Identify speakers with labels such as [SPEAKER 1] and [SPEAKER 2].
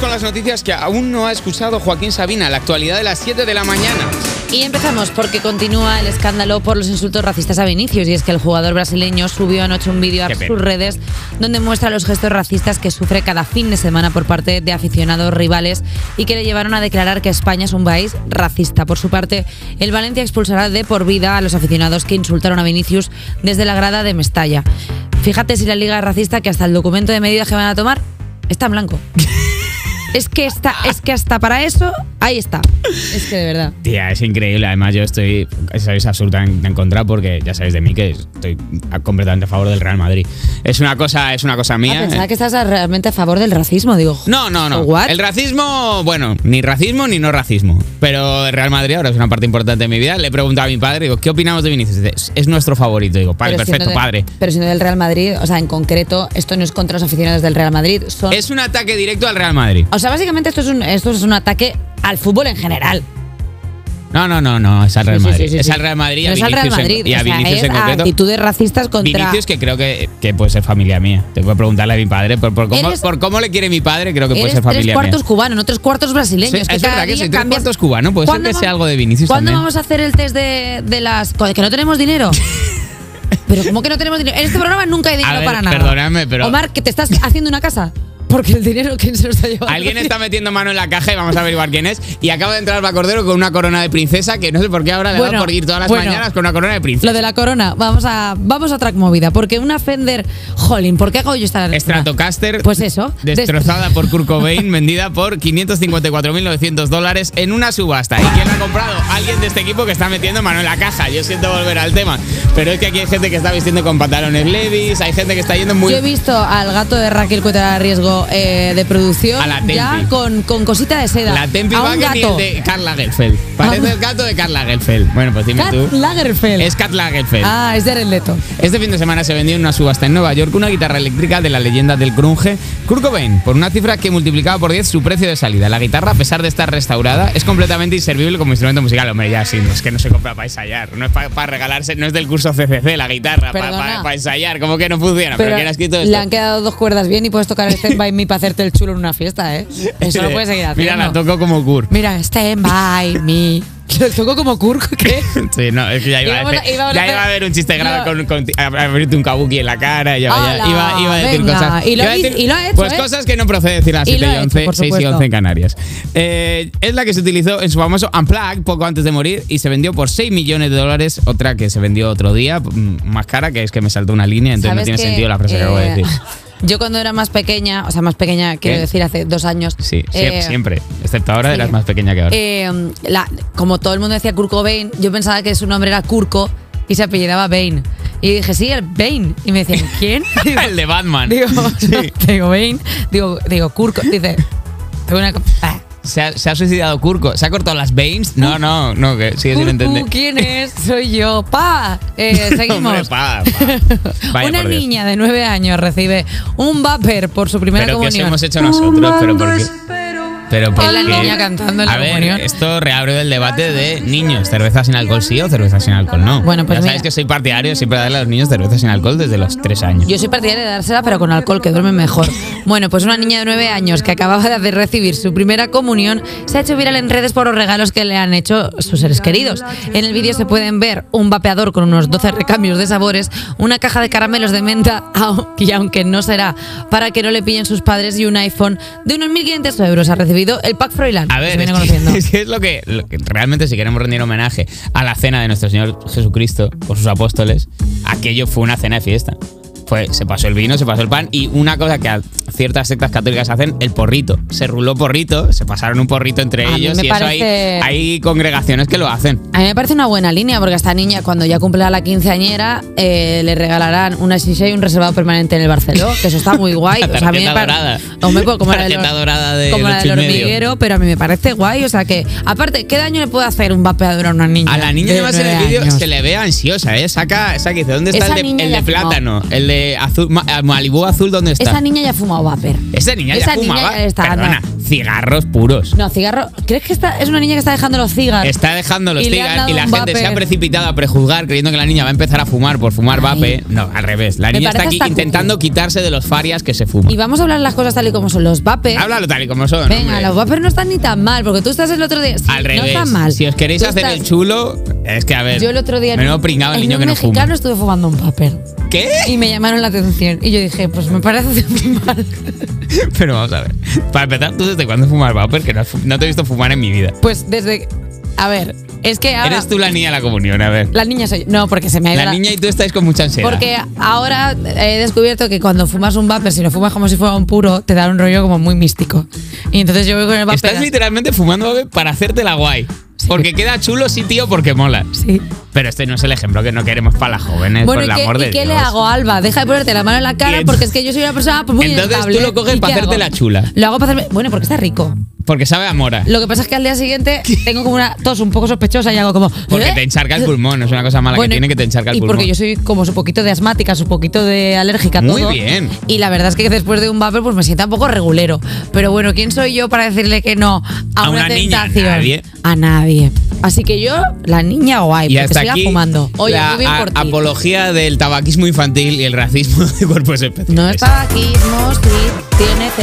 [SPEAKER 1] con las noticias que aún no ha escuchado Joaquín Sabina, la actualidad de las 7 de la mañana.
[SPEAKER 2] Y empezamos porque continúa el escándalo por los insultos racistas a Vinicius y es que el jugador brasileño subió anoche un vídeo a
[SPEAKER 1] Qué
[SPEAKER 2] sus
[SPEAKER 1] pena.
[SPEAKER 2] redes donde muestra los gestos racistas que sufre cada fin de semana por parte de aficionados rivales y que le llevaron a declarar que España es un país racista. Por su parte, el Valencia expulsará de por vida a los aficionados que insultaron a Vinicius desde la grada de Mestalla. Fíjate si la liga es racista que hasta el documento de medidas que van a tomar está en blanco. Es que, está, es que hasta para eso, ahí está. Es que de verdad.
[SPEAKER 3] Tía, es increíble. Además, yo estoy, sabéis, absolutamente en contra porque ya sabéis de mí que estoy a- completamente a favor del Real Madrid. Es una cosa, es una cosa
[SPEAKER 2] Ah,
[SPEAKER 3] mía.
[SPEAKER 2] pensaba que estás a- realmente a favor del racismo, digo. jo-
[SPEAKER 3] eh. No, no, no.
[SPEAKER 2] What?
[SPEAKER 3] El racismo, bueno, ni racismo ni no racismo. Pero el Real Madrid ahora es una parte importante de mi vida. Le he preguntado a mi padre, digo, ¿qué opinamos de Vinicius? Dice, Es nuestro favorito. Digo, padre,
[SPEAKER 2] pero siendo
[SPEAKER 3] perfecto,
[SPEAKER 2] de-
[SPEAKER 3] padre.
[SPEAKER 2] Pero siendo del Real Madrid, o sea, en concreto, esto no es contra los aficionados del Real Madrid. Son,
[SPEAKER 3] Es un ataque directo al Real Madrid.
[SPEAKER 2] o sea, básicamente esto es, un, esto es un ataque al fútbol en general.
[SPEAKER 3] No, no, no, no, es al Real
[SPEAKER 2] Sí, sí,
[SPEAKER 3] Madrid.
[SPEAKER 2] sí, sí,
[SPEAKER 3] es
[SPEAKER 2] sí.
[SPEAKER 3] al Real Madrid y
[SPEAKER 2] No
[SPEAKER 3] a
[SPEAKER 2] es al
[SPEAKER 3] Vinicius,
[SPEAKER 2] Real
[SPEAKER 3] en-
[SPEAKER 2] Madrid.
[SPEAKER 3] y a
[SPEAKER 2] o sea,
[SPEAKER 3] Vinicius
[SPEAKER 2] es
[SPEAKER 3] en
[SPEAKER 2] a
[SPEAKER 3] concreto.
[SPEAKER 2] actitudes racistas contra.
[SPEAKER 3] Vinicius, que creo que, que puede ser familia mía. Te puedo preguntarle a mi padre. Por, por cómo,
[SPEAKER 2] Eres-
[SPEAKER 3] por cómo le quiere mi padre, creo que puede
[SPEAKER 2] Eres
[SPEAKER 3] ser
[SPEAKER 2] tres
[SPEAKER 3] familia
[SPEAKER 2] cuartos
[SPEAKER 3] mía.
[SPEAKER 2] cubano, no tres cuartos brasileños.
[SPEAKER 3] Sí,
[SPEAKER 2] que
[SPEAKER 3] es
[SPEAKER 2] cada
[SPEAKER 3] verdad que
[SPEAKER 2] día
[SPEAKER 3] soy tres
[SPEAKER 2] cambias.
[SPEAKER 3] cuartos cubano, puede ser
[SPEAKER 2] ¿Cuándo
[SPEAKER 3] que
[SPEAKER 2] vam-
[SPEAKER 3] sea algo de Vinicius
[SPEAKER 2] ¿Cuándo
[SPEAKER 3] también.
[SPEAKER 2] vamos a hacer el test de, de las. co- que no tenemos dinero? pero ¿cómo que no tenemos dinero? En este programa nunca hay dinero
[SPEAKER 3] ver,
[SPEAKER 2] para nada.
[SPEAKER 3] perdonadme, pero-
[SPEAKER 2] Omar, que te estás haciendo una casa. Porque el dinero, ¿quién se lo está llevando?
[SPEAKER 3] Alguien está metiendo mano en la caja y vamos a averiguar quién es. Y acaba de entrar Bacordero con una corona de princesa que no sé por qué ahora le
[SPEAKER 2] Bueno,
[SPEAKER 3] va por ir todas las
[SPEAKER 2] bueno.
[SPEAKER 3] mañanas con una corona de princesa.
[SPEAKER 2] Lo de la corona, vamos a vamos a track movida, porque una Fender, jolín, ¿por qué hago yo esta
[SPEAKER 3] Stratocaster.
[SPEAKER 2] Pues eso.
[SPEAKER 3] Destrozada por Kurt Cobain, vendida por 554.900 dólares en una subasta. ¿Y quién la ha comprado? Alguien de este equipo que está metiendo mano en la caja. Yo siento volver al tema. Pero es que aquí hay gente que está vistiendo con pantalones levis, hay gente que está yendo muy.
[SPEAKER 2] Yo he visto al gato de Raquel Cuetara Riesgo eh, de producción
[SPEAKER 3] A la Tempi.
[SPEAKER 2] ya con, con cosita de seda.
[SPEAKER 3] La Tempi
[SPEAKER 2] a un
[SPEAKER 3] Buccaneers
[SPEAKER 2] gato.
[SPEAKER 3] de Karl Lagerfeld. Parece
[SPEAKER 2] Ah.
[SPEAKER 3] el gato de Karl Lagerfeld. Bueno, pues dime
[SPEAKER 2] Kat
[SPEAKER 3] tú.
[SPEAKER 2] Lagerfeld.
[SPEAKER 3] Es Karl Lagerfeld.
[SPEAKER 2] Ah, es de Leto.
[SPEAKER 3] Este fin de semana se vendió en una subasta en Nueva York una guitarra eléctrica de la leyenda del grunge, Kurt Cobain, por una cifra que multiplicaba por 10 su precio de salida. La guitarra, a pesar de estar restaurada, es completamente inservible como instrumento musical. Hombre, ya sí, no, es que no se compra para ensayar, no es para regalarse, no es del curso CCC la guitarra, para
[SPEAKER 2] Perdona.
[SPEAKER 3] ensayar, como que no funciona, pero, ¿quién ha escrito esto?
[SPEAKER 2] le han quedado dos cuerdas bien y puedes tocar el Stand By Me para hacerte el chulo en una fiesta, ¿eh? Eso lo puedes seguir haciendo.
[SPEAKER 3] Mira, la toco como Kurt.
[SPEAKER 2] Mira, Stand By Me. Lo toco como Kurko, ¿qué?
[SPEAKER 3] Sí, no, es que ya iba,
[SPEAKER 2] Íbamos
[SPEAKER 3] a,
[SPEAKER 2] a-
[SPEAKER 3] decir-
[SPEAKER 2] íbamos a
[SPEAKER 3] ya
[SPEAKER 2] hacer-
[SPEAKER 3] iba a haber un chiste grave
[SPEAKER 2] No.
[SPEAKER 3] con, con ti- a- a abrirte un kabuki en la cara. Ya, ya,
[SPEAKER 2] ¡Hala!
[SPEAKER 3] iba, iba a decir
[SPEAKER 2] Venga,
[SPEAKER 3] cosas.
[SPEAKER 2] y lo
[SPEAKER 3] Iba a
[SPEAKER 2] hiz-
[SPEAKER 3] decir-
[SPEAKER 2] y lo ha hecho,
[SPEAKER 3] Pues
[SPEAKER 2] ¿eh?
[SPEAKER 3] cosas que no procede decir a las
[SPEAKER 2] Y
[SPEAKER 3] 7
[SPEAKER 2] lo
[SPEAKER 3] y
[SPEAKER 2] ha
[SPEAKER 3] 11,
[SPEAKER 2] hecho, por
[SPEAKER 3] 6 y
[SPEAKER 2] supuesto.
[SPEAKER 3] 11 en Canarias. Eh, es la que se utilizó en su famoso Unplugged poco antes de morir y se vendió por 6 millones de dólares. Otra que se vendió otro día, mm, más cara, que es que me saltó una línea, entonces no
[SPEAKER 2] ¿Sabes
[SPEAKER 3] tiene
[SPEAKER 2] que,
[SPEAKER 3] sentido la frase que acabo de
[SPEAKER 2] eh,
[SPEAKER 3] decir.
[SPEAKER 2] Yo cuando era más pequeña, o sea, más pequeña, quiero
[SPEAKER 3] ¿Qué?
[SPEAKER 2] decir, hace dos años.
[SPEAKER 3] Sí, sie-
[SPEAKER 2] eh,
[SPEAKER 3] siempre. Excepto ahora,
[SPEAKER 2] sí.
[SPEAKER 3] eras más pequeña que ahora.
[SPEAKER 2] eh, la- como todo el mundo decía Kurt Cobain, yo pensaba que su nombre era Kurko y se apellidaba Bain. Y dije, sí, el Bain. Y me decían, ¿quién? Digo,
[SPEAKER 3] El de Batman.
[SPEAKER 2] digo,
[SPEAKER 3] Sí.
[SPEAKER 2] digo, Bain. Digo, digo, Kurko. Dice, tengo una. co- ah,
[SPEAKER 3] ¿Se ha, se ha suicidado Kurko. ¿Se ha cortado las veins? No, no, no, que sigue sin
[SPEAKER 2] Kurko,
[SPEAKER 3] entender.
[SPEAKER 2] ¿quién es? Soy yo. ¡Pa! Eh, seguimos.
[SPEAKER 3] Hombre, pa, pa. Vaya,
[SPEAKER 2] una
[SPEAKER 3] por Dios.
[SPEAKER 2] niña de nueve años recibe un vapper por su primera
[SPEAKER 3] Pero que os
[SPEAKER 2] comunión.
[SPEAKER 3] hemos hecho nosotros, pero ¿por qué? Pero por
[SPEAKER 2] Es la
[SPEAKER 3] qué?
[SPEAKER 2] niña cantando en la
[SPEAKER 3] A ver,
[SPEAKER 2] comunión.
[SPEAKER 3] esto reabre el debate de niños, cerveza sin alcohol sí o cerveza sin alcohol no.
[SPEAKER 2] Bueno, pues
[SPEAKER 3] ya sabéis
[SPEAKER 2] mira.
[SPEAKER 3] que soy partidario de siempre darle a los niños cerveza sin alcohol desde los tres años.
[SPEAKER 2] Yo soy partidaria de dársela, pero con alcohol, que duerme mejor. Bueno, pues una niña de nueve años que acababa de hacer recibir su primera comunión se ha hecho viral en redes por los regalos que le han hecho sus seres queridos. En el vídeo se pueden ver un vapeador con unos 12 recambios de sabores, una caja de caramelos de menta, au- y aunque no será para que no le pillen sus padres, y un iPhone de unos 1.500 euros. Ha recibido el pack Froilán.
[SPEAKER 3] A
[SPEAKER 2] que se
[SPEAKER 3] ver,
[SPEAKER 2] viene
[SPEAKER 3] es
[SPEAKER 2] conociendo.
[SPEAKER 3] que, es que es lo que, lo que realmente si queremos rendir homenaje a la cena de nuestro Señor Jesucristo por sus apóstoles, aquello fue una cena de fiesta. Fue, se pasó el vino, se pasó el pan y una cosa que a ciertas sectas católicas hacen, el porrito. Se ruló porrito, se pasaron un porrito entre
[SPEAKER 2] A mí
[SPEAKER 3] ellos
[SPEAKER 2] me
[SPEAKER 3] y
[SPEAKER 2] parece-
[SPEAKER 3] eso hay, hay congregaciones que lo hacen.
[SPEAKER 2] A mí me parece una buena línea porque a esta niña cuando ya cumpla la quinceañera eh, le regalarán una shisha y un reservado permanente en el Barceló, que eso está muy guay.
[SPEAKER 3] La
[SPEAKER 2] O sea, a mí me
[SPEAKER 3] tarjeta
[SPEAKER 2] par-
[SPEAKER 3] dorada.
[SPEAKER 2] Hombre, pues como la del-
[SPEAKER 3] Tarjeta dorada de
[SPEAKER 2] como la
[SPEAKER 3] ocho y
[SPEAKER 2] del
[SPEAKER 3] medio.
[SPEAKER 2] hormiguero, pero a mí me parece guay. O sea que, aparte, ¿qué daño le puede hacer un vapeador a una niña?
[SPEAKER 3] A la niña
[SPEAKER 2] de
[SPEAKER 3] además en el
[SPEAKER 2] nueve
[SPEAKER 3] vídeo
[SPEAKER 2] años?
[SPEAKER 3] se le ve ansiosa, ¿eh? Saca, saca y dice, ¿dónde está
[SPEAKER 2] Esa
[SPEAKER 3] el de,
[SPEAKER 2] niña
[SPEAKER 3] el de
[SPEAKER 2] ya firmó.
[SPEAKER 3] plátano? El de eh, azul, ma- eh, Malibú azul, ¿dónde está? Eh.
[SPEAKER 2] Esa niña ya ha fumado vapor.
[SPEAKER 3] Esa niña
[SPEAKER 2] esa
[SPEAKER 3] ya
[SPEAKER 2] niña
[SPEAKER 3] fumaba.
[SPEAKER 2] ya está dando.
[SPEAKER 3] perdona, cigarros puros.
[SPEAKER 2] No, cigarro. ¿Crees que está, es una niña que está dejando los cigarros?
[SPEAKER 3] Está dejando los
[SPEAKER 2] Y le han
[SPEAKER 3] cigarros
[SPEAKER 2] dado
[SPEAKER 3] y la
[SPEAKER 2] un
[SPEAKER 3] gente se ha
[SPEAKER 2] vapor.
[SPEAKER 3] precipitado a prejuzgar creyendo que la niña va a empezar a fumar por fumar
[SPEAKER 2] Ay.
[SPEAKER 3] vape. No, al revés. La
[SPEAKER 2] Me
[SPEAKER 3] niña está
[SPEAKER 2] parece
[SPEAKER 3] aquí
[SPEAKER 2] hasta
[SPEAKER 3] intentando quitarse de los farias que se fuman.
[SPEAKER 2] Y vamos a hablar las cosas tal y como son. Los vapes.
[SPEAKER 3] Háblalo tal y como son.
[SPEAKER 2] Venga,
[SPEAKER 3] hombre.
[SPEAKER 2] los vapers no están ni tan mal, porque tú estás el otro día. Sí,
[SPEAKER 3] Al revés.
[SPEAKER 2] No están mal.
[SPEAKER 3] Si os queréis
[SPEAKER 2] Tú
[SPEAKER 3] hacer el
[SPEAKER 2] estás-
[SPEAKER 3] chulo, es que a ver.
[SPEAKER 2] Yo el otro día.
[SPEAKER 3] Menudo pringado el
[SPEAKER 2] en
[SPEAKER 3] niño
[SPEAKER 2] un
[SPEAKER 3] que no
[SPEAKER 2] mexicano
[SPEAKER 3] fuma.
[SPEAKER 2] estuve fumando un vapor.
[SPEAKER 3] ¿Qué?
[SPEAKER 2] Y me llamaron la atención. Y yo dije, pues me parece muy mal.
[SPEAKER 3] Pero vamos a ver. Para empezar, ¿tú desde cuándo fumas vapor? Que no, has fu- no te he visto fumar en mi vida.
[SPEAKER 2] Pues desde. A ver, es que ahora.
[SPEAKER 3] Eres tú la niña de la comunión, a ver.
[SPEAKER 2] La niña soy. No, porque se me ha ido.
[SPEAKER 3] La, niña y tú estáis con mucha ansiedad.
[SPEAKER 2] Porque ahora he descubierto que cuando fumas un vapor, si lo fumas como si fuera un puro, te da un rollo como muy místico. Y entonces yo voy con el vapor.
[SPEAKER 3] Estás literalmente fumando vape para hacerte la guay. Porque queda chulo, sí, tío, porque mola.
[SPEAKER 2] Sí.
[SPEAKER 3] Pero este no es el ejemplo que no queremos para las jóvenes,
[SPEAKER 2] Bueno,
[SPEAKER 3] por
[SPEAKER 2] ¿y
[SPEAKER 3] el
[SPEAKER 2] qué,
[SPEAKER 3] amor
[SPEAKER 2] y
[SPEAKER 3] de
[SPEAKER 2] qué le
[SPEAKER 3] Dios.
[SPEAKER 2] hago, Alba? Deja de ponerte la mano en la cara
[SPEAKER 3] Y en-
[SPEAKER 2] porque es que yo soy una persona pues, muy
[SPEAKER 3] Entonces tú
[SPEAKER 2] inestable.
[SPEAKER 3] lo coges
[SPEAKER 2] ¿Y
[SPEAKER 3] para
[SPEAKER 2] qué
[SPEAKER 3] hacerte
[SPEAKER 2] hago?
[SPEAKER 3] la chula.
[SPEAKER 2] Lo hago para hacerme... Bueno, porque está rico.
[SPEAKER 3] Porque sabe a mora.
[SPEAKER 2] Lo que pasa es que al día siguiente tengo como una tos un poco sospechosa y hago como...
[SPEAKER 3] Porque
[SPEAKER 2] ¿eh?
[SPEAKER 3] te encharca el pulmón. Es una cosa mala
[SPEAKER 2] Bueno,
[SPEAKER 3] que tiene que te encharca el
[SPEAKER 2] y
[SPEAKER 3] pulmón.
[SPEAKER 2] porque yo soy como su poquito de asmática, su poquito de alérgica a
[SPEAKER 3] Muy
[SPEAKER 2] todo.
[SPEAKER 3] bien.
[SPEAKER 2] Y la verdad es que después de un vapor pues me sienta un poco regulero. Pero bueno, ¿quién soy yo para decirle que no a,
[SPEAKER 3] A una niña, a
[SPEAKER 2] tentación?
[SPEAKER 3] nadie.
[SPEAKER 2] A nadie. Así que yo, la niña guay,
[SPEAKER 3] Y
[SPEAKER 2] porque
[SPEAKER 3] hasta
[SPEAKER 2] siga
[SPEAKER 3] aquí
[SPEAKER 2] fumando. Oye,
[SPEAKER 3] la
[SPEAKER 2] muy bien
[SPEAKER 3] a-
[SPEAKER 2] por ti.
[SPEAKER 3] apología del tabaquismo infantil y el racismo de cuerpos especiales.
[SPEAKER 2] No es tabaquismo, sí, tiene cero